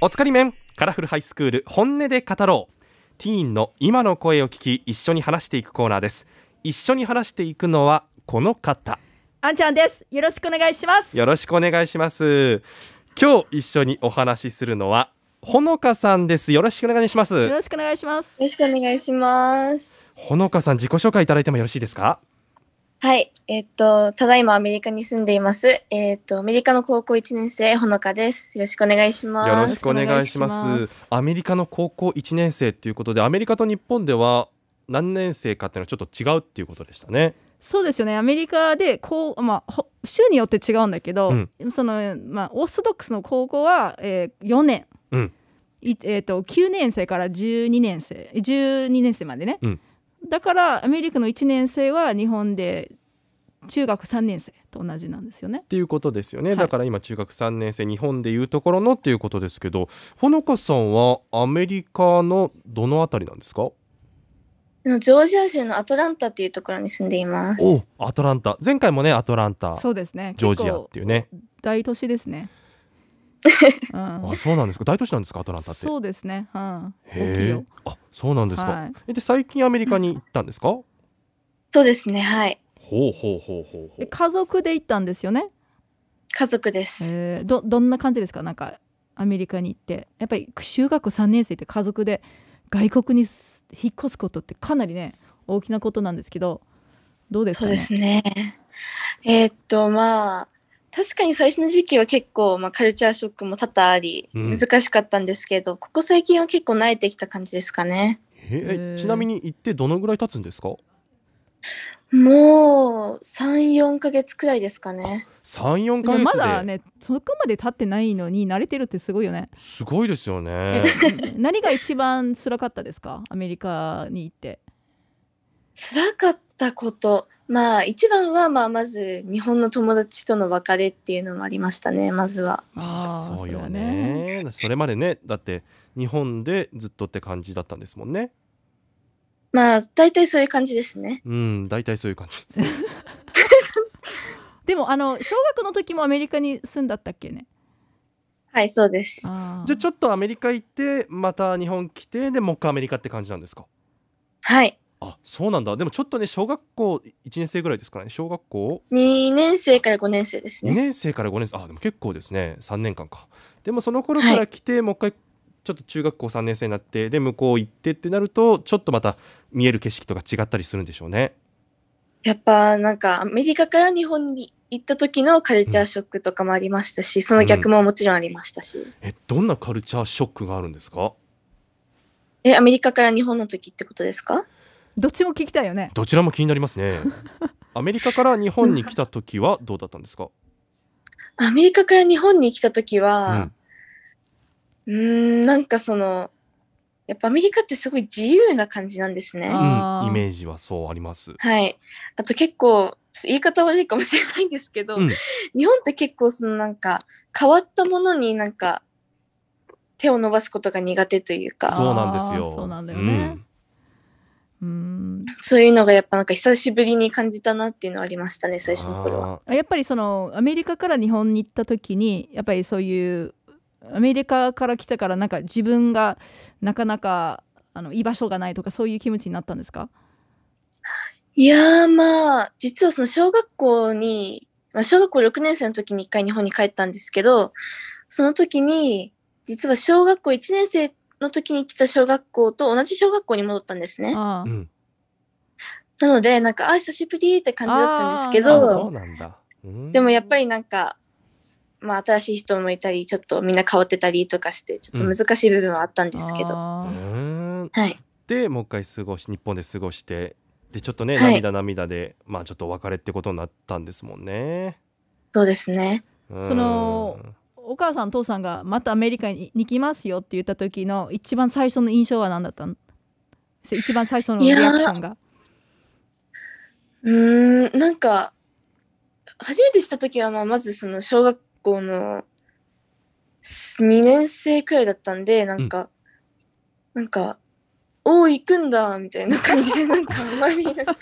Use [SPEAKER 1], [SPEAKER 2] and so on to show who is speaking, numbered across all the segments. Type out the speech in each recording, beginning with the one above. [SPEAKER 1] おつかり面カラフルハイスクール本音で語ろうティーンの今の声を聞き一緒に話していくコーナーです一緒に話していくのはこの方
[SPEAKER 2] あんちゃんです。よろしくお願いします。
[SPEAKER 1] よろしくお願いします今日一緒にお話しするのはほのかさんですよろしくお願いしま
[SPEAKER 2] よ
[SPEAKER 1] す
[SPEAKER 2] ろしくお願いします
[SPEAKER 3] よ。ろしくお願いします。
[SPEAKER 1] ほのかさん自己紹介いただいてもよろしいですか
[SPEAKER 3] はい、えっと、ただいまアメリカに住んでいます。えっと、アメリカの高校1年生、ほのかです。よろしくお願いします。
[SPEAKER 1] よろしくお願いしま
[SPEAKER 2] お願い
[SPEAKER 1] す
[SPEAKER 2] します
[SPEAKER 1] アメリカの高校1年生ということでアメリカと日本では何年生かっていうのはちょっと違うっていうことでしたね
[SPEAKER 2] そうですよね。アメリカでこうまあほ州によって違うんだけど、そのまあオーソドックスの高校は、えー、4年。
[SPEAKER 1] うん
[SPEAKER 2] いえっ、と9年生から12年生12年生までね、
[SPEAKER 1] うん
[SPEAKER 2] だからアメリカの1年生は日本で中学3年生と同じなんですよね
[SPEAKER 1] っていうことですよね、
[SPEAKER 2] はい
[SPEAKER 1] だから今中学3年生日本でいうところのっていうことですけどほのかさんはアメリカのどのあたりなんですかお
[SPEAKER 3] あのジョージア州のアトランタっていうところに住んでいます。
[SPEAKER 1] アトランタ前回もねアトランタ
[SPEAKER 2] そうですね
[SPEAKER 1] ジョージアっていうね
[SPEAKER 2] 結構大都市で すね、うん
[SPEAKER 1] あそうなんですか大都市なんですかアトランタって
[SPEAKER 2] そうですね、うん、大きい
[SPEAKER 1] へ
[SPEAKER 2] よ
[SPEAKER 1] えあそうなんですか、
[SPEAKER 2] はい
[SPEAKER 1] えで最近アメリカに行ったんですか、
[SPEAKER 3] そうですね、はい。
[SPEAKER 1] ほうほうほうほうほ
[SPEAKER 2] で
[SPEAKER 1] う
[SPEAKER 2] 家族で行ったんですよね、
[SPEAKER 3] 家族です。
[SPEAKER 2] えーどどんな感じですかなんかアメリカに行ってやっぱり中学3年生って家族で外国にす引っ越すことってかなりね大きなことなんですけどどうです
[SPEAKER 3] そ
[SPEAKER 2] か
[SPEAKER 3] う
[SPEAKER 2] ね
[SPEAKER 3] ですね。えっと、まあ、確かに最初の時期は結構、まあ、カルチャーショックも多々あり、
[SPEAKER 1] うん
[SPEAKER 3] 難しかったんですけど、ここ最近は結構慣れてきた感じですかね。
[SPEAKER 1] へ
[SPEAKER 2] へ
[SPEAKER 1] え
[SPEAKER 2] え
[SPEAKER 1] ちなみに行ってどのぐらい経つんですか
[SPEAKER 3] もう、3、4ヶ月くらいですかね。
[SPEAKER 1] 34
[SPEAKER 2] でもまだ
[SPEAKER 1] ヶ月で
[SPEAKER 2] ねそこまで経ってないのに慣れてるってすごいよね
[SPEAKER 1] すごいですよね
[SPEAKER 2] え何が一番辛かったですかアメリカに行って
[SPEAKER 3] 辛かったことまあ一番はまあまず日本の友達との別れっていうのもありましたねまずは
[SPEAKER 2] あー
[SPEAKER 1] そう
[SPEAKER 2] れ
[SPEAKER 1] よ
[SPEAKER 2] は
[SPEAKER 1] ねそれまでねだって日本でずっとって感じだったんですもんね
[SPEAKER 3] まあ大体そういう感じですね
[SPEAKER 1] うん大体そういう感じ
[SPEAKER 2] でもあの小学の時もアメリカに住んだったっけね
[SPEAKER 3] はいそうです
[SPEAKER 2] あ
[SPEAKER 1] じゃあちょっとアメリカ行ってまた日本来てでもう一回アメリカって感じなんですか
[SPEAKER 3] はい
[SPEAKER 1] あそうなんだでもちょっとね小学校1年生ぐらいですからね小学校
[SPEAKER 3] 2年生から5年生です
[SPEAKER 1] 2
[SPEAKER 3] ね
[SPEAKER 1] 年生から5年生あでも結構ですね3年間かでもその頃から来て、もう一回ちょっと中学校3年生になってで向こう行ってってなるとちょっとまた見える景色とか違ったりするんでしょうね
[SPEAKER 3] やっぱなんかアメリカから日本に行った時のカルチャーショックとかもありましたしその逆ももちろんありましたし、
[SPEAKER 1] えどんなカルチャーショックがあるんですか
[SPEAKER 3] えアメリカから日本の時ってことですか
[SPEAKER 2] どっちも聞きたいよね
[SPEAKER 1] どちらも気になります ねアメリカから日本に来た時はどうだったんですか、
[SPEAKER 3] アメリカから日本に来た時
[SPEAKER 1] う
[SPEAKER 3] は
[SPEAKER 1] ん、、
[SPEAKER 3] うーんなんかそのやっぱアメリカってすごい自由な感じなんですね
[SPEAKER 2] ああー
[SPEAKER 1] うんイメージはそうあります
[SPEAKER 3] はい。あと結構、ちょっと言い方悪いかもしれないんですけど、
[SPEAKER 1] うん
[SPEAKER 3] 日本って結構そのなんか、変わったものになんか、手を伸ばすことが苦手というか、
[SPEAKER 1] そうなんですよ
[SPEAKER 2] あーそうなんだよね
[SPEAKER 1] うん
[SPEAKER 2] うーん
[SPEAKER 3] そういうのがやっぱなんか久しぶりに感じたなっていうのはありましたね、最初の頃は。
[SPEAKER 2] やっぱりそのアメリカから日本に行った時にやっぱりそういうアメリカから来たからなんか自分がなかなかあの居場所がないとかそういう気持ちになったんですか
[SPEAKER 3] いやーまあ、実はその小学校に、まあ、小学校6年生の時に一回日本に帰ったんですけど、その時に、実は小学校1年生の時に行ってた小学校と同じ小学校に戻ったんですね。
[SPEAKER 2] あ
[SPEAKER 1] あーうん
[SPEAKER 3] なので、なんか、あ、久しぶりって感じだったんですけ
[SPEAKER 1] あ
[SPEAKER 2] どう
[SPEAKER 1] そう
[SPEAKER 3] ど、
[SPEAKER 1] なんだ、
[SPEAKER 3] でもやっぱ
[SPEAKER 1] り
[SPEAKER 3] りなんか、まあ、新しい人もいたり、ちょっとみんな変わってたりとかして、ちょっと難しい部分はあったん
[SPEAKER 2] あ
[SPEAKER 3] ですけど、
[SPEAKER 2] あー
[SPEAKER 1] うん
[SPEAKER 3] はい。
[SPEAKER 1] でもう一回過ごし日本で過ごしてでちょっとね、
[SPEAKER 3] はい
[SPEAKER 1] 涙涙でまあちょっとお別れってことになったんですもんね。
[SPEAKER 3] そうですね。
[SPEAKER 1] うん
[SPEAKER 2] そのお母さん父さんがまたアメリカに行きますよって言った時の一番最初の印象は何だったのせ一番最初のリアクションが
[SPEAKER 3] うーん、なんか、初めてした時は、まあ、まずその小学校の2年生くらいだったんで、なんか、なんか、おー、行くんだ、みたいな感じで、なんか、あん まり、なんか、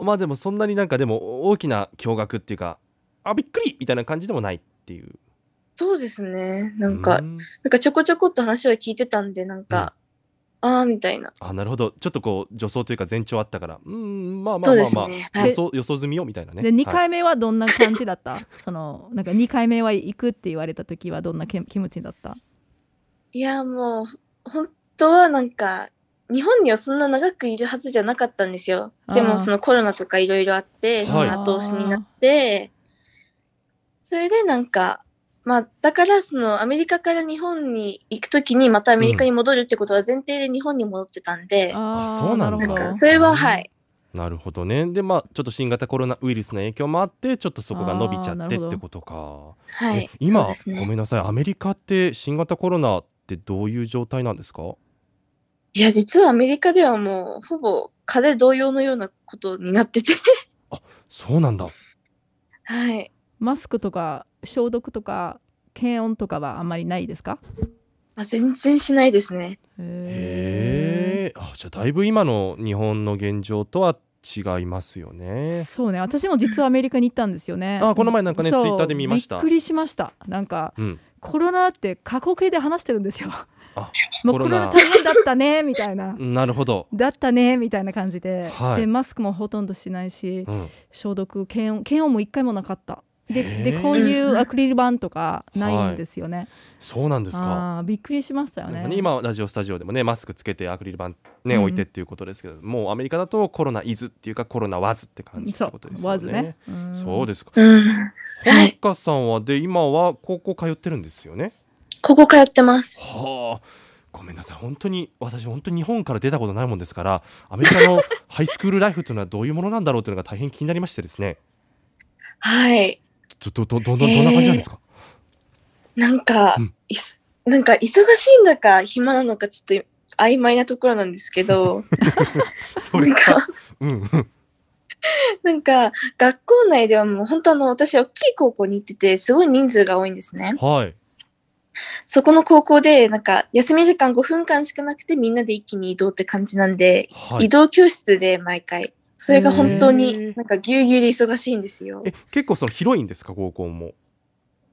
[SPEAKER 1] まあでもそんなになんかでも大きな驚愕っていうかあびっくりみたいな感じでもないっていう。
[SPEAKER 3] そうですね。なん
[SPEAKER 1] う
[SPEAKER 3] か、
[SPEAKER 1] ん
[SPEAKER 3] なんかちょこちょこっと話は聞いてたんで、なんか、あーみたいな。
[SPEAKER 1] あなるほどちょっとこう助走というか前兆あったからうんまあま
[SPEAKER 3] そ
[SPEAKER 1] あ
[SPEAKER 3] う
[SPEAKER 1] ま
[SPEAKER 3] で
[SPEAKER 1] あ
[SPEAKER 3] す
[SPEAKER 1] まあ、
[SPEAKER 3] ね。
[SPEAKER 2] で
[SPEAKER 1] 予想予想済みよみたいなね
[SPEAKER 2] で2
[SPEAKER 1] はい
[SPEAKER 2] 回目はどんな感じだったそのなんか2回目は行くって言われた時はどんなけ気持ちだった
[SPEAKER 3] いや、もう、本当はなんか、日本にはそんな長くいるはずじゃなかったんですよ。で
[SPEAKER 2] あー
[SPEAKER 3] も、そのコロナとかいろいろあって、そ
[SPEAKER 1] はい
[SPEAKER 3] の後押しになって、それでなんか、まあ、だから、その、アメリカから日本に行くときに、またアメリカに戻るってことは前提で日本に戻ってたんで、
[SPEAKER 2] あー
[SPEAKER 1] そうなんだ
[SPEAKER 2] る
[SPEAKER 3] な
[SPEAKER 2] ほど
[SPEAKER 3] んか、それ
[SPEAKER 1] うん
[SPEAKER 3] は、はい。
[SPEAKER 1] なるほどねでまあちょっと新型コロナウイルスの影響もあってちょっとそこが伸びちゃ
[SPEAKER 2] あー
[SPEAKER 1] っ
[SPEAKER 2] な
[SPEAKER 1] て
[SPEAKER 2] る
[SPEAKER 1] っ
[SPEAKER 2] ほど
[SPEAKER 1] てことか、
[SPEAKER 3] は
[SPEAKER 1] え
[SPEAKER 3] い。
[SPEAKER 1] 今、
[SPEAKER 3] そうですね
[SPEAKER 1] ごめんなさいアメリカって新型コロナってどういう状態なんですか
[SPEAKER 3] いや、実はアメリカではもう、ほぼ風邪同様のようなことになってて。
[SPEAKER 1] そうなんだ
[SPEAKER 3] はい。
[SPEAKER 2] マスクとか消毒とか検温とかはあんまりないですか
[SPEAKER 3] まあ、全然しないですね。
[SPEAKER 2] へ
[SPEAKER 1] へえあじゃあだいぶ今の日本の現状とは違いますよ
[SPEAKER 2] え
[SPEAKER 1] ね
[SPEAKER 2] そうね私も実はアメリカに行ったんですよね
[SPEAKER 1] あこの前なんかね
[SPEAKER 2] そう
[SPEAKER 1] Twitter で見ました
[SPEAKER 2] びっくりしましたなんか
[SPEAKER 1] うん
[SPEAKER 2] コロナって過去形で話してるんですよ
[SPEAKER 1] あ コ
[SPEAKER 2] もう
[SPEAKER 1] ロ
[SPEAKER 2] コロ
[SPEAKER 1] ナ
[SPEAKER 2] ナ大変だったね みたいな
[SPEAKER 1] なるほど、
[SPEAKER 2] だったねみたいな感じで,、
[SPEAKER 1] はい
[SPEAKER 2] でマスクもほとんどしないし
[SPEAKER 1] うん、
[SPEAKER 2] 消毒検温検温も一回もなかったで
[SPEAKER 1] へえ
[SPEAKER 2] でこういうアクリル板とかないんですよね、
[SPEAKER 1] そうなんですか
[SPEAKER 2] あーびっくりしましたよ
[SPEAKER 1] な
[SPEAKER 2] ね
[SPEAKER 1] んかね、今ラジオスタジオでもねマスクつけてアクリル板ね、
[SPEAKER 2] うん
[SPEAKER 1] 置いてっていうことですけどもうアメリカだとコロナイズっていうかコロナワズって感じって
[SPEAKER 2] そ
[SPEAKER 1] ことです
[SPEAKER 2] う
[SPEAKER 1] よ
[SPEAKER 2] わずね
[SPEAKER 1] ね。そう
[SPEAKER 2] で
[SPEAKER 1] ですか。
[SPEAKER 3] うん。
[SPEAKER 1] ほ
[SPEAKER 3] は
[SPEAKER 1] の
[SPEAKER 3] い
[SPEAKER 1] かさんはで今は高校通ってるんですよね。
[SPEAKER 3] ここ通ってます。
[SPEAKER 1] はあ。ごめんなさい本当に私本当に日本から出たことないもんですからアメリ カのハイスクールライフというのはどういうものなんだろうというのが大変気になりましてですね
[SPEAKER 3] はい。
[SPEAKER 1] どどどどんなどんな感じなんですか、
[SPEAKER 3] なんか、
[SPEAKER 1] うん
[SPEAKER 3] いすなんか忙しいのか暇なのかちょっと曖昧なところなんです けど、
[SPEAKER 1] そ
[SPEAKER 3] な
[SPEAKER 1] れ
[SPEAKER 3] ん
[SPEAKER 1] か
[SPEAKER 3] か、
[SPEAKER 1] うんうん
[SPEAKER 3] なんか学校内ではもう本当あの私大きい高校に行っててすごい人数が多いんですね。
[SPEAKER 1] はい
[SPEAKER 3] そこの高校でなんか休み時間5分間しかなくてみんなで一気に移動って感じなんで、
[SPEAKER 1] はい
[SPEAKER 3] 移動教室で毎回。それが本当
[SPEAKER 1] へ
[SPEAKER 3] に
[SPEAKER 1] ー
[SPEAKER 3] なんかぎゅうぎゅうで忙しいんですよ
[SPEAKER 1] え。結構その広いんですか高校も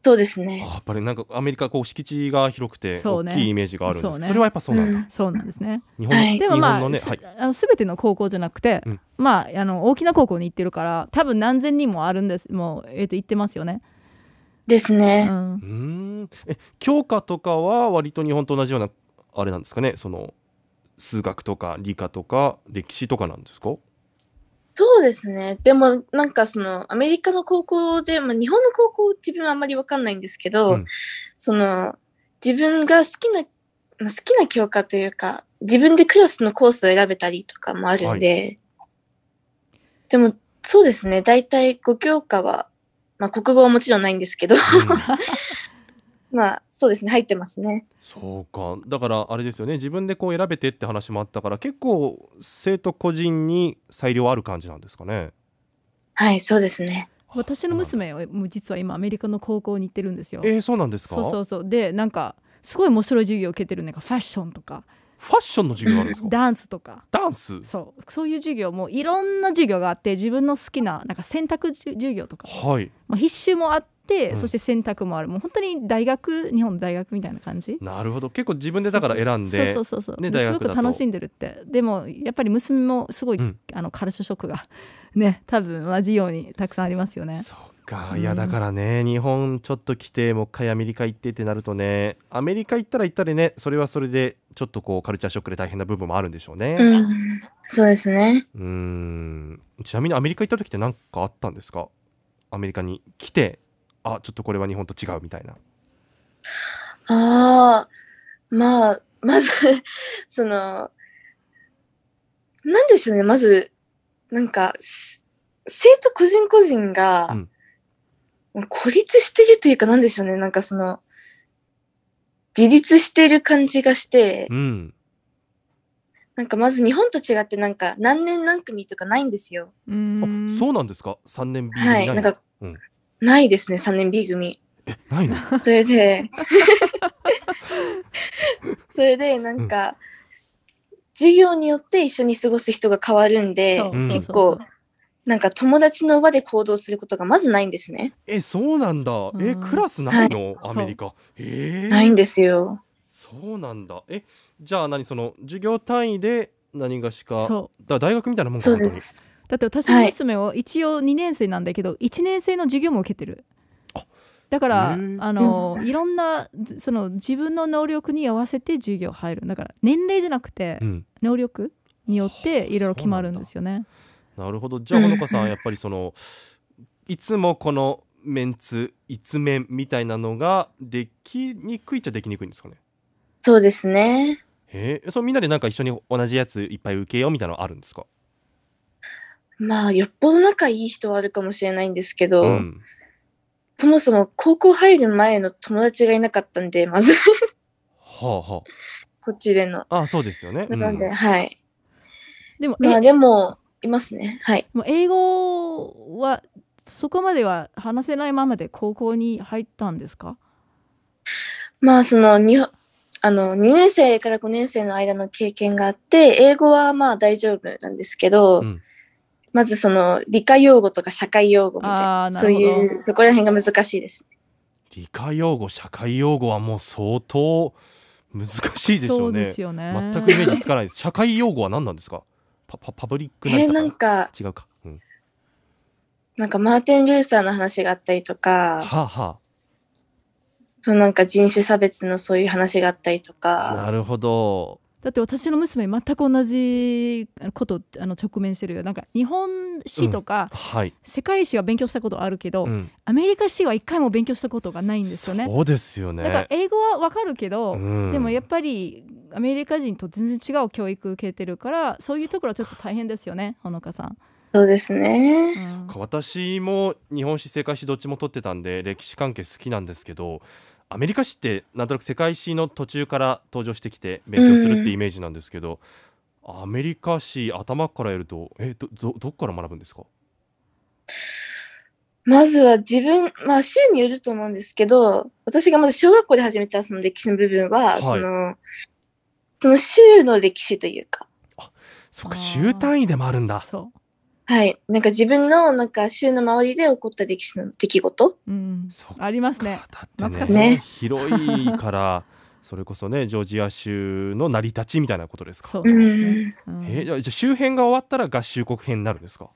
[SPEAKER 3] そうです
[SPEAKER 1] あ
[SPEAKER 3] ね。
[SPEAKER 1] やっぱりなんかアメリカこう敷地が広くて
[SPEAKER 2] そ
[SPEAKER 1] 大
[SPEAKER 2] うね
[SPEAKER 1] きいイメージがあるんですそ,、
[SPEAKER 2] そうね
[SPEAKER 1] それはやっぱそうなんだ、
[SPEAKER 3] うん
[SPEAKER 2] そうなんですね
[SPEAKER 1] 日本の、
[SPEAKER 3] はい
[SPEAKER 2] でも
[SPEAKER 1] 日
[SPEAKER 2] まあ、
[SPEAKER 1] 本のね
[SPEAKER 2] す
[SPEAKER 1] はい
[SPEAKER 2] あの全ての高校じゃなくて、
[SPEAKER 1] うん
[SPEAKER 2] まああの大きな高校に行ってるから多分何千人もあるんですもう、えー、と行ってますよね、
[SPEAKER 3] です
[SPEAKER 2] う
[SPEAKER 3] ね。
[SPEAKER 2] ん
[SPEAKER 1] うーんえ教科とかは割と日本と同じようなあれなんですかねその数学とか理科とか歴史とかなんです か
[SPEAKER 3] そうですね。でも、なんかその、アメリカの高校で、まあ、日本の高校、自分はあんまりわかんないんですけど、
[SPEAKER 1] うん
[SPEAKER 3] その、自分が好きな、まあ、好きな教科というか、自分でクラスのコースを選べたりとかもあるんで、でも、そうですね。大体5教科は、まあ、国語はもちろんないんですけど、
[SPEAKER 1] うん
[SPEAKER 3] まあ、そうですね。入ってますね。
[SPEAKER 1] そうかだからあれですよね自分でこう選べてって話もあったから結構生徒個人に裁量ある感じなんですかね
[SPEAKER 3] はい、そうですね。
[SPEAKER 2] 私の娘はもう実は今アメリカの高校に行ってるんですよ
[SPEAKER 1] えー、そうなんですか
[SPEAKER 2] そうそうそうでなんかすごい面白い授業を受けてるなんかファッションとか
[SPEAKER 1] ファッションの授業があるんですか
[SPEAKER 2] ダンスとか
[SPEAKER 1] ダンス
[SPEAKER 2] そうそういう授業もいろんな授業があって自分の好きななんか選択授授業とか、
[SPEAKER 1] はい
[SPEAKER 2] まあ、必修もあって、
[SPEAKER 1] うん
[SPEAKER 2] そして選択もあるもう本当に大学日本の大学みたいな感じ
[SPEAKER 1] なるほど結構自分でだから選んで
[SPEAKER 2] そうそうそうそう
[SPEAKER 1] ね
[SPEAKER 2] で
[SPEAKER 1] 大
[SPEAKER 2] す
[SPEAKER 1] 学
[SPEAKER 2] ごく
[SPEAKER 1] だと
[SPEAKER 2] 楽しんでるってでもやっぱり娘もすごい、
[SPEAKER 1] うん
[SPEAKER 2] あのカルチャーショックが ね多分同じようにたくさんありますよね
[SPEAKER 1] そっかいや
[SPEAKER 2] うん
[SPEAKER 1] だからね、日本ちょっと来てもう一回アメリカ行ってってなるとねアメリカ行ったら行ったでねそれはそれでちょっとこうカルチャーショックで大変な部分もあるんでしょうね
[SPEAKER 3] うん。そうですね。
[SPEAKER 1] うーんちなみにアメリカ行った時って何かあったんですかアメリカに来てあちょっとこれは日本と違うみたいな
[SPEAKER 3] ああ、まあ、まず、その、なんでしょうね、まず、なんか、す生徒個人個人が、孤立してるというか、なんでしょうね、なんかその、自立してる感じがして、
[SPEAKER 1] うん
[SPEAKER 3] なんかまず日本と違って、なんか何年何組とかないんですよ。
[SPEAKER 2] う
[SPEAKER 1] あ
[SPEAKER 2] ん
[SPEAKER 1] そうなんですか3年 B 組
[SPEAKER 3] はい、
[SPEAKER 1] ない
[SPEAKER 3] なん
[SPEAKER 1] の
[SPEAKER 3] か、
[SPEAKER 1] うん
[SPEAKER 3] ないですね、3年 B 組。
[SPEAKER 1] ないの
[SPEAKER 3] そ れで、それでなんか、授業によって一緒に過ごす人が変わるんで
[SPEAKER 2] そう
[SPEAKER 1] うん
[SPEAKER 2] そう
[SPEAKER 3] 結構
[SPEAKER 2] そう
[SPEAKER 3] なんか友達の場で行動することがまずないんですね。
[SPEAKER 1] えそうなんだえ
[SPEAKER 2] うん
[SPEAKER 1] クラスないの、アメリカえー
[SPEAKER 3] ないんですよ。
[SPEAKER 1] そうなんだえじゃあ何その授業単位で何がしか
[SPEAKER 2] そう
[SPEAKER 1] だ大学みたいなもんか
[SPEAKER 3] そうで
[SPEAKER 1] 本当に
[SPEAKER 3] す。
[SPEAKER 2] だって私の娘を一応2年生なんだけど1年生の授業も受けてる
[SPEAKER 1] あ。
[SPEAKER 2] だから
[SPEAKER 1] へー
[SPEAKER 2] あのいろんなずその自分の能力に合わせて授業入るだから年齢じゃなくて
[SPEAKER 1] うん
[SPEAKER 2] 能力によっていろいろ
[SPEAKER 1] そう
[SPEAKER 2] 決
[SPEAKER 1] な
[SPEAKER 2] ま
[SPEAKER 1] んだ
[SPEAKER 2] るんですよね。
[SPEAKER 1] なるほどじゃあ
[SPEAKER 3] う
[SPEAKER 1] ほ
[SPEAKER 3] ん
[SPEAKER 1] のかさんやっぱりそのいつもこのメンツ一面みたいなのができにくいっちゃできにくいんですかね
[SPEAKER 3] そうですね。
[SPEAKER 1] へえそうみんなでなんか一緒に同じやついっぱい受けようみたいなのあるんですか
[SPEAKER 3] まあよっぽど仲いい人はあるかもしれないんですけど、
[SPEAKER 1] うん
[SPEAKER 3] そもそも高校入る前の友達がいなかったんで、まず
[SPEAKER 1] はあは
[SPEAKER 3] こっちでの。
[SPEAKER 1] ああそうですよね
[SPEAKER 3] なので、
[SPEAKER 1] うん
[SPEAKER 3] はい。
[SPEAKER 2] でも、
[SPEAKER 3] まあ
[SPEAKER 2] え
[SPEAKER 3] でも、いますね。はい。
[SPEAKER 2] もう英語はそこまでは話せないままで高校に入ったんですか
[SPEAKER 3] まあそのにあの2年生から5年生の間の経験があって英語はまあ大丈夫なんですけ
[SPEAKER 1] う
[SPEAKER 3] ど、
[SPEAKER 1] ん
[SPEAKER 3] まずその理科用語とか社会用語みたいな
[SPEAKER 2] あーな
[SPEAKER 3] そう
[SPEAKER 2] るほど
[SPEAKER 3] いうそこら辺が難しいです。
[SPEAKER 1] 理科用語社会用語はもう相当難しいでしょ
[SPEAKER 2] そうう
[SPEAKER 1] ね
[SPEAKER 2] ですよね。
[SPEAKER 1] 全くイメージつかないです社会用語は何なんですかパパパブリック
[SPEAKER 3] えー、なん
[SPEAKER 1] 何とか
[SPEAKER 3] か
[SPEAKER 1] 違うか、うん、
[SPEAKER 3] なんかマーティン・ルーサーの話があったりとか
[SPEAKER 1] はあは
[SPEAKER 3] そのなんか人種差別のそういう話があったりと
[SPEAKER 1] あな
[SPEAKER 3] か
[SPEAKER 1] るほど
[SPEAKER 2] だって私の娘全く同じことあの直面してるよなんか日本史とか、
[SPEAKER 1] はい、
[SPEAKER 2] 世界史は勉強したことあるけど、
[SPEAKER 1] うん、
[SPEAKER 2] アメリカ史は一回も勉強したことがないんですよね。
[SPEAKER 1] そうですよね
[SPEAKER 2] だから英語はわかるけど、
[SPEAKER 1] うん
[SPEAKER 2] でもやっぱりアメリカ人と全然違う教育受けてるからそういうところはちょっと大変ですよねほのかさん。
[SPEAKER 3] そうですね。
[SPEAKER 2] うん
[SPEAKER 1] 私も日本史世界史どっちも取ってたんで歴史関係好きなんですけどアメリカ史ってなんとなく世界史の途中から登場してきて勉強するってイメージなんですけど、アメリカ史頭からやるとえどどどっから学ぶんですか
[SPEAKER 3] まずは自分まあ州によると思うんですけど私がまず小学校で始めたその歴史の部分は、
[SPEAKER 1] はい
[SPEAKER 3] そのその州の歴史というか
[SPEAKER 1] そっか
[SPEAKER 2] あー
[SPEAKER 1] 週単位でもあるんだ
[SPEAKER 2] そ
[SPEAKER 3] はい。なんか自分の、なんか州の周りで起こった出来の出来事
[SPEAKER 2] う、うん
[SPEAKER 1] そっ、か
[SPEAKER 2] ありますね。
[SPEAKER 1] だって
[SPEAKER 2] 懐
[SPEAKER 1] ね
[SPEAKER 2] かしい
[SPEAKER 3] ね
[SPEAKER 1] 広いから それこそねジョージア州の成り立ちみたいなことですか
[SPEAKER 2] そう
[SPEAKER 3] う
[SPEAKER 2] ですね
[SPEAKER 3] ん。
[SPEAKER 2] うん
[SPEAKER 1] えじゃあじゃあ周辺が終わったら合衆国編になるんですか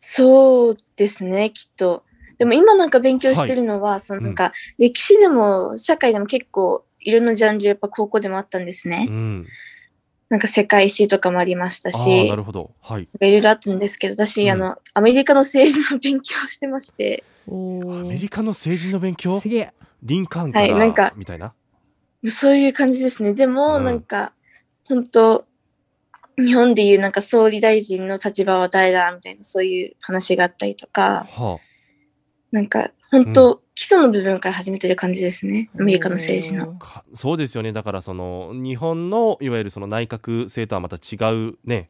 [SPEAKER 3] そうですね、きっと。でも今なんか勉強してるのは、そのなんか歴史でも社会でも結構いろんなジャンルやっぱ高校でもあったんですね。
[SPEAKER 1] うん
[SPEAKER 3] なんか世界史とかもありました
[SPEAKER 1] ああ
[SPEAKER 3] し、
[SPEAKER 1] ー
[SPEAKER 3] な
[SPEAKER 1] なん
[SPEAKER 3] か
[SPEAKER 1] るほどはい
[SPEAKER 3] いろいろあったんですけど、私、
[SPEAKER 1] うん
[SPEAKER 3] あの、アメリカの政治の勉強をしてまして、
[SPEAKER 2] お
[SPEAKER 1] ア
[SPEAKER 2] ー
[SPEAKER 1] メリカの政治の勉強
[SPEAKER 2] すげえ。
[SPEAKER 1] リンカーンから、
[SPEAKER 3] はいなんか
[SPEAKER 1] みたいな。
[SPEAKER 3] そういう感じですね。でも、
[SPEAKER 1] うん
[SPEAKER 3] なんか、本当日本でいうなんか総理大臣の立場は誰だみたいな、そういう話があったりとか、
[SPEAKER 1] は
[SPEAKER 3] なんか、本当基礎の部分から始めてる感じですね。アメリカの政治の。
[SPEAKER 1] あ、かそうですよねだからその日本のいわゆるその内閣政党はまた違うね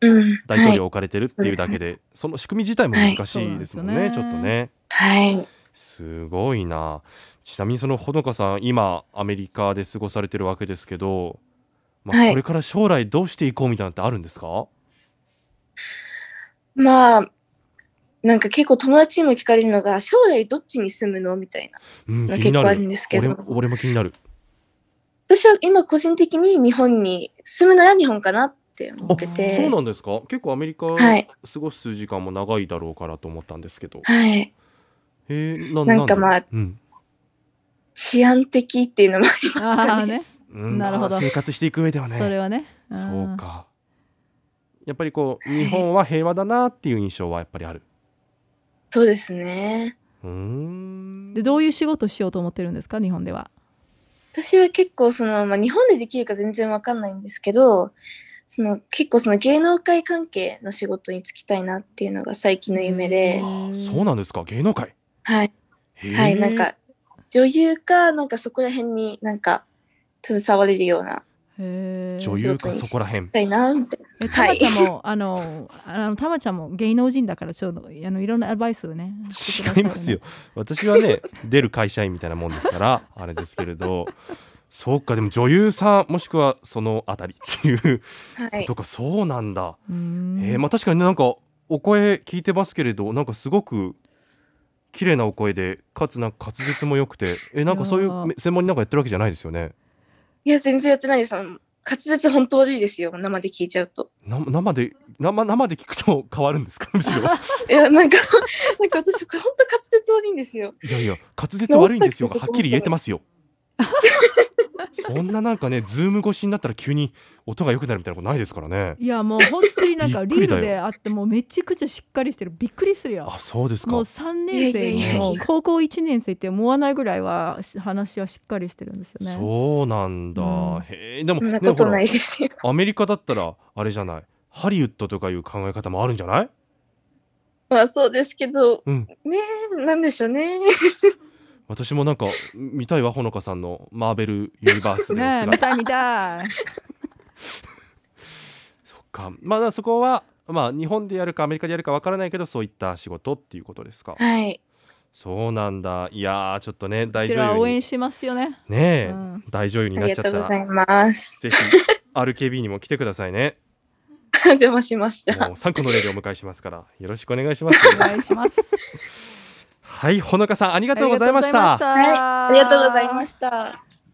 [SPEAKER 3] うん。
[SPEAKER 1] 大統領
[SPEAKER 3] はい。
[SPEAKER 1] 置かれてるっていうだけで、その仕組み自体も難しいですもんね、
[SPEAKER 2] はい
[SPEAKER 1] ちょっとね。
[SPEAKER 3] はい。
[SPEAKER 1] すごいなちなみにそのほのかさん今アメリカで過ごされてるわけですけど、ま
[SPEAKER 3] は
[SPEAKER 1] あ、
[SPEAKER 3] い
[SPEAKER 1] これから将来どうしていこうみたいなのってあるんですか、
[SPEAKER 3] まあ、なんか結構友達にも聞かれるのが、将来どっちに住むのみたいな
[SPEAKER 1] うん、
[SPEAKER 3] の
[SPEAKER 1] 気に
[SPEAKER 3] が結
[SPEAKER 1] な
[SPEAKER 3] 構あるん
[SPEAKER 1] る
[SPEAKER 3] ですけ
[SPEAKER 1] 俺
[SPEAKER 3] ど
[SPEAKER 1] も、俺も気になる
[SPEAKER 3] 私は今個人的に日本に住むなら日本かなって思って
[SPEAKER 1] あそう
[SPEAKER 3] て、
[SPEAKER 1] なんですか結構アメリカ
[SPEAKER 3] はい
[SPEAKER 1] 過ごす時間も長いだろうからと思ったんですけど、
[SPEAKER 3] はい。
[SPEAKER 1] えー、な
[SPEAKER 3] なんかまあ、
[SPEAKER 1] うん
[SPEAKER 3] 治安的っていうのもあります
[SPEAKER 2] あ
[SPEAKER 3] か
[SPEAKER 2] あ
[SPEAKER 3] ね。
[SPEAKER 2] ね、
[SPEAKER 1] うん
[SPEAKER 2] なるほど
[SPEAKER 1] まあ生活していく上ではね
[SPEAKER 2] それはね。ん
[SPEAKER 1] そう。かやっぱりこう日本は平和だなっていう印象はやっぱりある
[SPEAKER 3] そうですね。
[SPEAKER 1] うーん
[SPEAKER 2] でどういう仕事しようと思ってるんですか日本では。
[SPEAKER 3] 私は結構その、まあ、日本でできるか全然わかんないんですけどその結構その芸能界関係の仕事に就きたいなっていうのが最近の夢で、
[SPEAKER 1] あそうなんですか芸能界
[SPEAKER 3] はい、はい、なんか女優かなんかそこら辺になんか携われるような
[SPEAKER 2] へえ。
[SPEAKER 1] 女優かそこら辺
[SPEAKER 3] 就きたいなみたい
[SPEAKER 2] え
[SPEAKER 3] な
[SPEAKER 2] たま
[SPEAKER 3] はい
[SPEAKER 2] ちゃんも、あの、あの、たまちゃんも芸能人だから、ちょうど、あの、いろんなアドバイスをね。してくださ
[SPEAKER 1] 違いますよ。私はね出る会社員みたいなもんですからあれですけれどそうかでも女優さんもしくはそのあたりっていう
[SPEAKER 3] はい
[SPEAKER 1] とかそうなんだ
[SPEAKER 2] うーん
[SPEAKER 1] えーまあ確かにねなんかお声聞いてますけれどなんかすごく綺麗なお声でかつなんか滑舌も良くてえなんかそうい
[SPEAKER 2] いや
[SPEAKER 1] う
[SPEAKER 2] ー
[SPEAKER 1] め専門になんかやってるわけじゃないですよね
[SPEAKER 3] いや、全然やってないです。あの滑舌本当悪いですよ。生で聞いちゃうと。
[SPEAKER 1] な生で生生で聞くと変わるん ですかむしろ
[SPEAKER 3] いや、なんか、 なんか私、本当滑舌悪いんですよ。
[SPEAKER 1] いやいや滑舌悪いんですよが
[SPEAKER 3] 直した
[SPEAKER 1] は
[SPEAKER 3] くて
[SPEAKER 1] っきり言えてますよそんななんかねズーム越しになったら急に音が良くなるみたいなことないですからね
[SPEAKER 2] いやもう本当になんか
[SPEAKER 1] び
[SPEAKER 2] リ
[SPEAKER 1] っくり
[SPEAKER 2] ー
[SPEAKER 1] だよ
[SPEAKER 2] ルであってもうめちゃくちゃしっかりしてるびっくりするよ
[SPEAKER 1] あそうです
[SPEAKER 2] も
[SPEAKER 1] か
[SPEAKER 2] う3年生
[SPEAKER 1] いやいやいや
[SPEAKER 2] もう高校1年生って思わないぐらいはし話はしっかりしてるんですよね
[SPEAKER 1] そうなんだ、
[SPEAKER 2] うん
[SPEAKER 1] へえでも、
[SPEAKER 3] そん
[SPEAKER 1] ね
[SPEAKER 3] なこと
[SPEAKER 1] ほら
[SPEAKER 3] ないですよ。
[SPEAKER 1] アメリカだったらあれじゃないハリウッドとかいう考え方もあるんじゃない
[SPEAKER 3] まあ、そうですけど、
[SPEAKER 1] うん
[SPEAKER 3] ねえ、なんでしょうね。
[SPEAKER 1] 私もなんか見たいわほのかさんのマーベルユニバースでの
[SPEAKER 2] ねえ
[SPEAKER 1] 姿、
[SPEAKER 2] 見たい見 たい
[SPEAKER 1] そっかまだそこはまあ日本でやるかアメリカでやるかわからないけどそういった仕事っていうことですか
[SPEAKER 3] はい。
[SPEAKER 1] そうなんだいやーちょっとね
[SPEAKER 2] こ
[SPEAKER 1] 大
[SPEAKER 2] ち
[SPEAKER 1] 女
[SPEAKER 2] らは応
[SPEAKER 1] 優
[SPEAKER 2] 援
[SPEAKER 1] に
[SPEAKER 2] しますよね
[SPEAKER 1] ねえ、
[SPEAKER 2] うん
[SPEAKER 1] 大女優に
[SPEAKER 3] あ
[SPEAKER 1] なっ
[SPEAKER 3] り
[SPEAKER 1] ちゃ
[SPEAKER 3] が
[SPEAKER 1] っ
[SPEAKER 3] と
[SPEAKER 1] た
[SPEAKER 3] うご
[SPEAKER 1] ら
[SPEAKER 3] ざいます。
[SPEAKER 1] ぜひ RKB にも来てくださいね
[SPEAKER 3] 邪魔します。じゃあ
[SPEAKER 1] もう3個の例でお迎えしますからよろしくお願いします
[SPEAKER 2] お願い します
[SPEAKER 1] はいほのかさんあり
[SPEAKER 2] あ
[SPEAKER 1] がとうございました
[SPEAKER 2] りがとうございました
[SPEAKER 3] ありがとうございました。